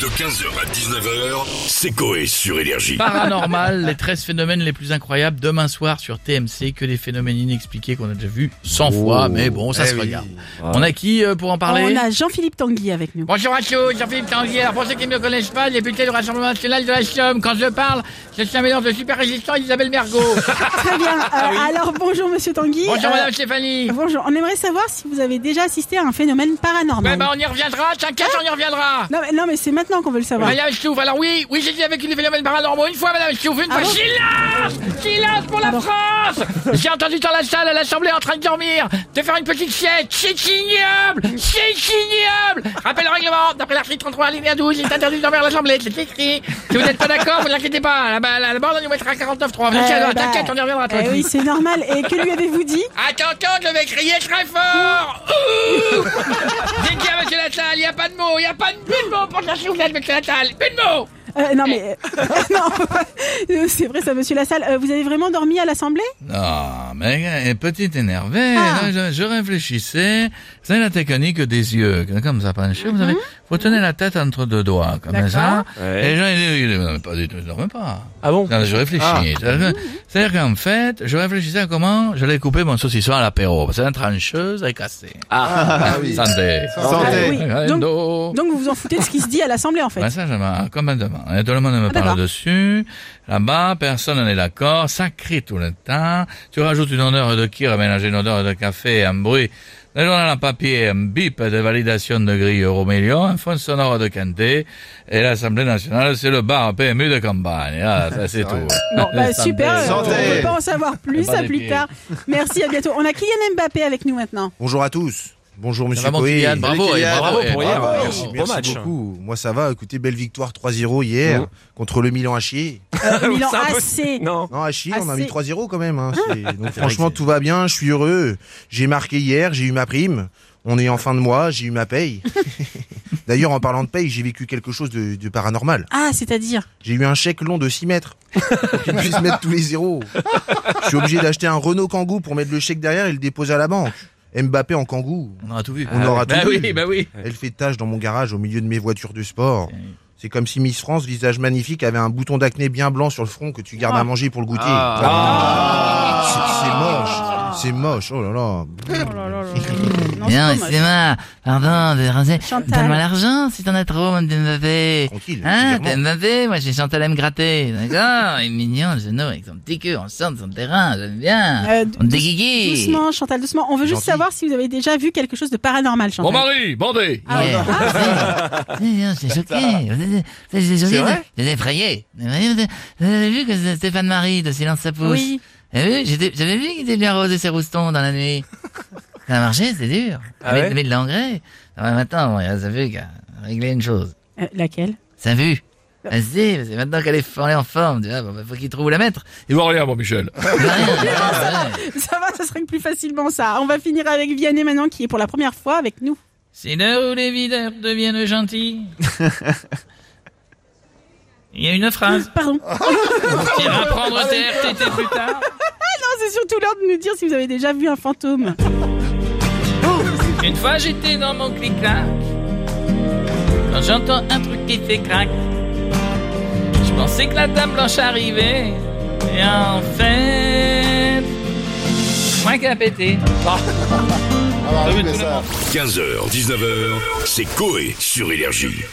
De 15h à 19h, c'est Coé sur Énergie. Ah. Paranormal, les 13 phénomènes les plus incroyables demain soir sur TMC, que des phénomènes inexpliqués qu'on a déjà vus 100 fois, mais bon, ça se regarde. On a qui euh, pour en parler On a Jean-Philippe Tanguy avec nous. Bonjour à tous, Jean-Philippe Tanguy. Alors, pour ceux qui ne me connaissent pas, député du Rassemblement National de la Somme, quand je parle, je suis un mélange de super résistant et d'Isabelle Mergot. Très bien. Euh, Alors bonjour Monsieur Tanguy. Ah Bonjour Euh, Madame Stéphanie. Bonjour. On aimerait savoir si vous avez déjà assisté à un phénomène Ouais, paranormal. bah, on y reviendra, t'inquiète, on y reviendra. Non mais, non, mais c'est maintenant qu'on veut le savoir. Madame Stouff, alors oui, oui, j'ai dit avec une phénomène paranormaux une fois, Madame Stouff, une Ah fois. bon Ah silence Silence pour la France J'ai entendu dans la salle, à l'Assemblée, en train de dormir, de faire une petite sieste. C'est ignoble C'est ignoble Rappel au règlement, d'après l'article 33, ligne 12, il est interdit de dormir à l'Assemblée, c'est écrit. Si vous n'êtes pas d'accord, vous inquiétez pas, la, la, la, la bande, on nous mettra 49.3. Mais Euh, tiens, bah, t'inquiète, on y reviendra, toi. eh oui, c'est normal. Et que lui avez-vous dit Attention, je vais crier très fort Ouh J'ai dit à Monsieur Lattal, il n'y a pas de mots, il n'y a pas de, plus de mots pour la soufflette, Monsieur Lattal, plus de mots Euh, Non mais euh, non, euh, c'est vrai ça, Monsieur Lassalle. Euh, vous avez vraiment dormi à l'Assemblée Ah, mais euh, petit énervé, Ah. là, je, je réfléchissais. C'est la technique des yeux, que- comme ça penche. Vous savez, Mm-hmm. faut tenir la tête entre deux doigts, comme ça. Et les gens, ils disent, Non, mais pas du tout, je dormais pas. Ah bon Non, je réfléchis. C'est-à-dire que- C'est-à-dire qu'en fait, je réfléchissais à comment j'allais couper mon saucisson à l'apéro. Parce que la trancheuse est cassée. Ah, oui. Santé. Ah, oui. Santé. Donc- Dos. Donc vous vous en foutez de ce qui se dit à l'Assemblée en fait. Ben ça, je m'en- complètement. Et tout le monde me Ah, d'accord. parle dessus. Là-bas, personne n'est d'accord. Ça crie tout le temps. Tu rajoutes une odeur de kir mélangée une odeur de café, un bruit. Le journal en papier, un bip de validation de grille euro million, un fond sonore de Canté. Et l'Assemblée nationale, c'est le bar PMU de campagne. Ah, ça, c'est tout. Bon, bah, super. euh, Santé. On peut pas en savoir plus Pas à des plus pieds. tard. Merci. À bientôt. On a Kylian Mbappé avec nous maintenant. Bonjour à tous. Bonjour Ça Monsieur va, mon Coé. Kylian, bravo, Kylian, et bravo, bravo et pour Eh, bravo. hier. Merci, Beau merci match. beaucoup. Moi ça va, écoutez, belle victoire 3-0 hier contre le Milan à chier. Euh, Milan C'est impossible. AC. Non. Non, à chier, on a Assez. mis 3-0 quand même. hein. Ah, C'est- Donc franchement, tout va bien, je suis heureux. J'ai marqué hier, j'ai eu ma prime. On est en fin de mois, j'ai eu ma paye. D'ailleurs, en parlant de paye, j'ai vécu quelque chose de, de paranormal. Ah, c'est-à-dire J'ai eu un chèque long de 6 mètres pour qu'il puisse mettre tous les zéros. Je suis obligé d'acheter un Renault Kangoo pour mettre le chèque derrière et le déposer à la banque. Mbappé en Kangoo. On aura tout vu. On aura Bah tout oui, vu. bah oui. Elle fait tâche dans mon garage au milieu de mes voitures de sport. C'est comme si Miss France, visage magnifique, avait un bouton d'acné bien blanc sur le front que tu gardes à manger pour le goûter. C'est- C'est moche, c'est moche, oh là là. Non, Non, c'est pas moche. excusez-moi, pardon, de ranger. Chantal. Donne-moi l'argent si t'en as trop, Mme Mbappé. Tranquille, Hein, légèrement. t'es Mbappé, moi j'ai Chantal à me gratter, d'accord Il est mignon, le genou, avec son petit cul, on sort de son terrain, j'aime bien. Euh, dou- On déguigui. Doucement, Chantal, doucement. On veut juste Gentil. savoir si vous avez déjà vu quelque chose de paranormal, Chantal. mari, bandé. Ah, Ouais. ouais. C'est- Non, j'étais choqué. J'étais choqué. J'étais effrayé. Vous avez vous avez vu que Stéphane Marie de Silence sa pousse Oui. Vous avez vu J'étais- J'avais vu qu'il était lui arrosé ses roustons dans la nuit. Ça a marché, c'est dur. Ah mais, ouais mais de l'engrais. Ah ouais, maintenant, bon, ça vu qu'à régler une chose. Euh, laquelle Ça vu Vas-y, parce que maintenant qu'elle est for- elle est en forme, tu vois, bon, bah, faut qu'il trouve la mettre. Il voit rien, mon Michel. Ouais, ouais, ouais. Ça va, ça se règle plus facilement, ça. On va finir avec Vianney maintenant, qui est pour la première fois avec nous. C'est l'heure où les videurs deviennent gentils. Il y a une Ah. phrase. Pardon. Ah, Tu vas prendre tes RTT plus tard. Non, c'est surtout l'heure de nous dire si vous avez déjà vu un fantôme. Une fois j'étais dans mon clic-clac. Quand j'entends un truc qui fait crac. Je pensais que la dame blanche arrivait. Et en fait. c'est Moi qui a pété. 15h, 19h, c'est Coé sur Énergie.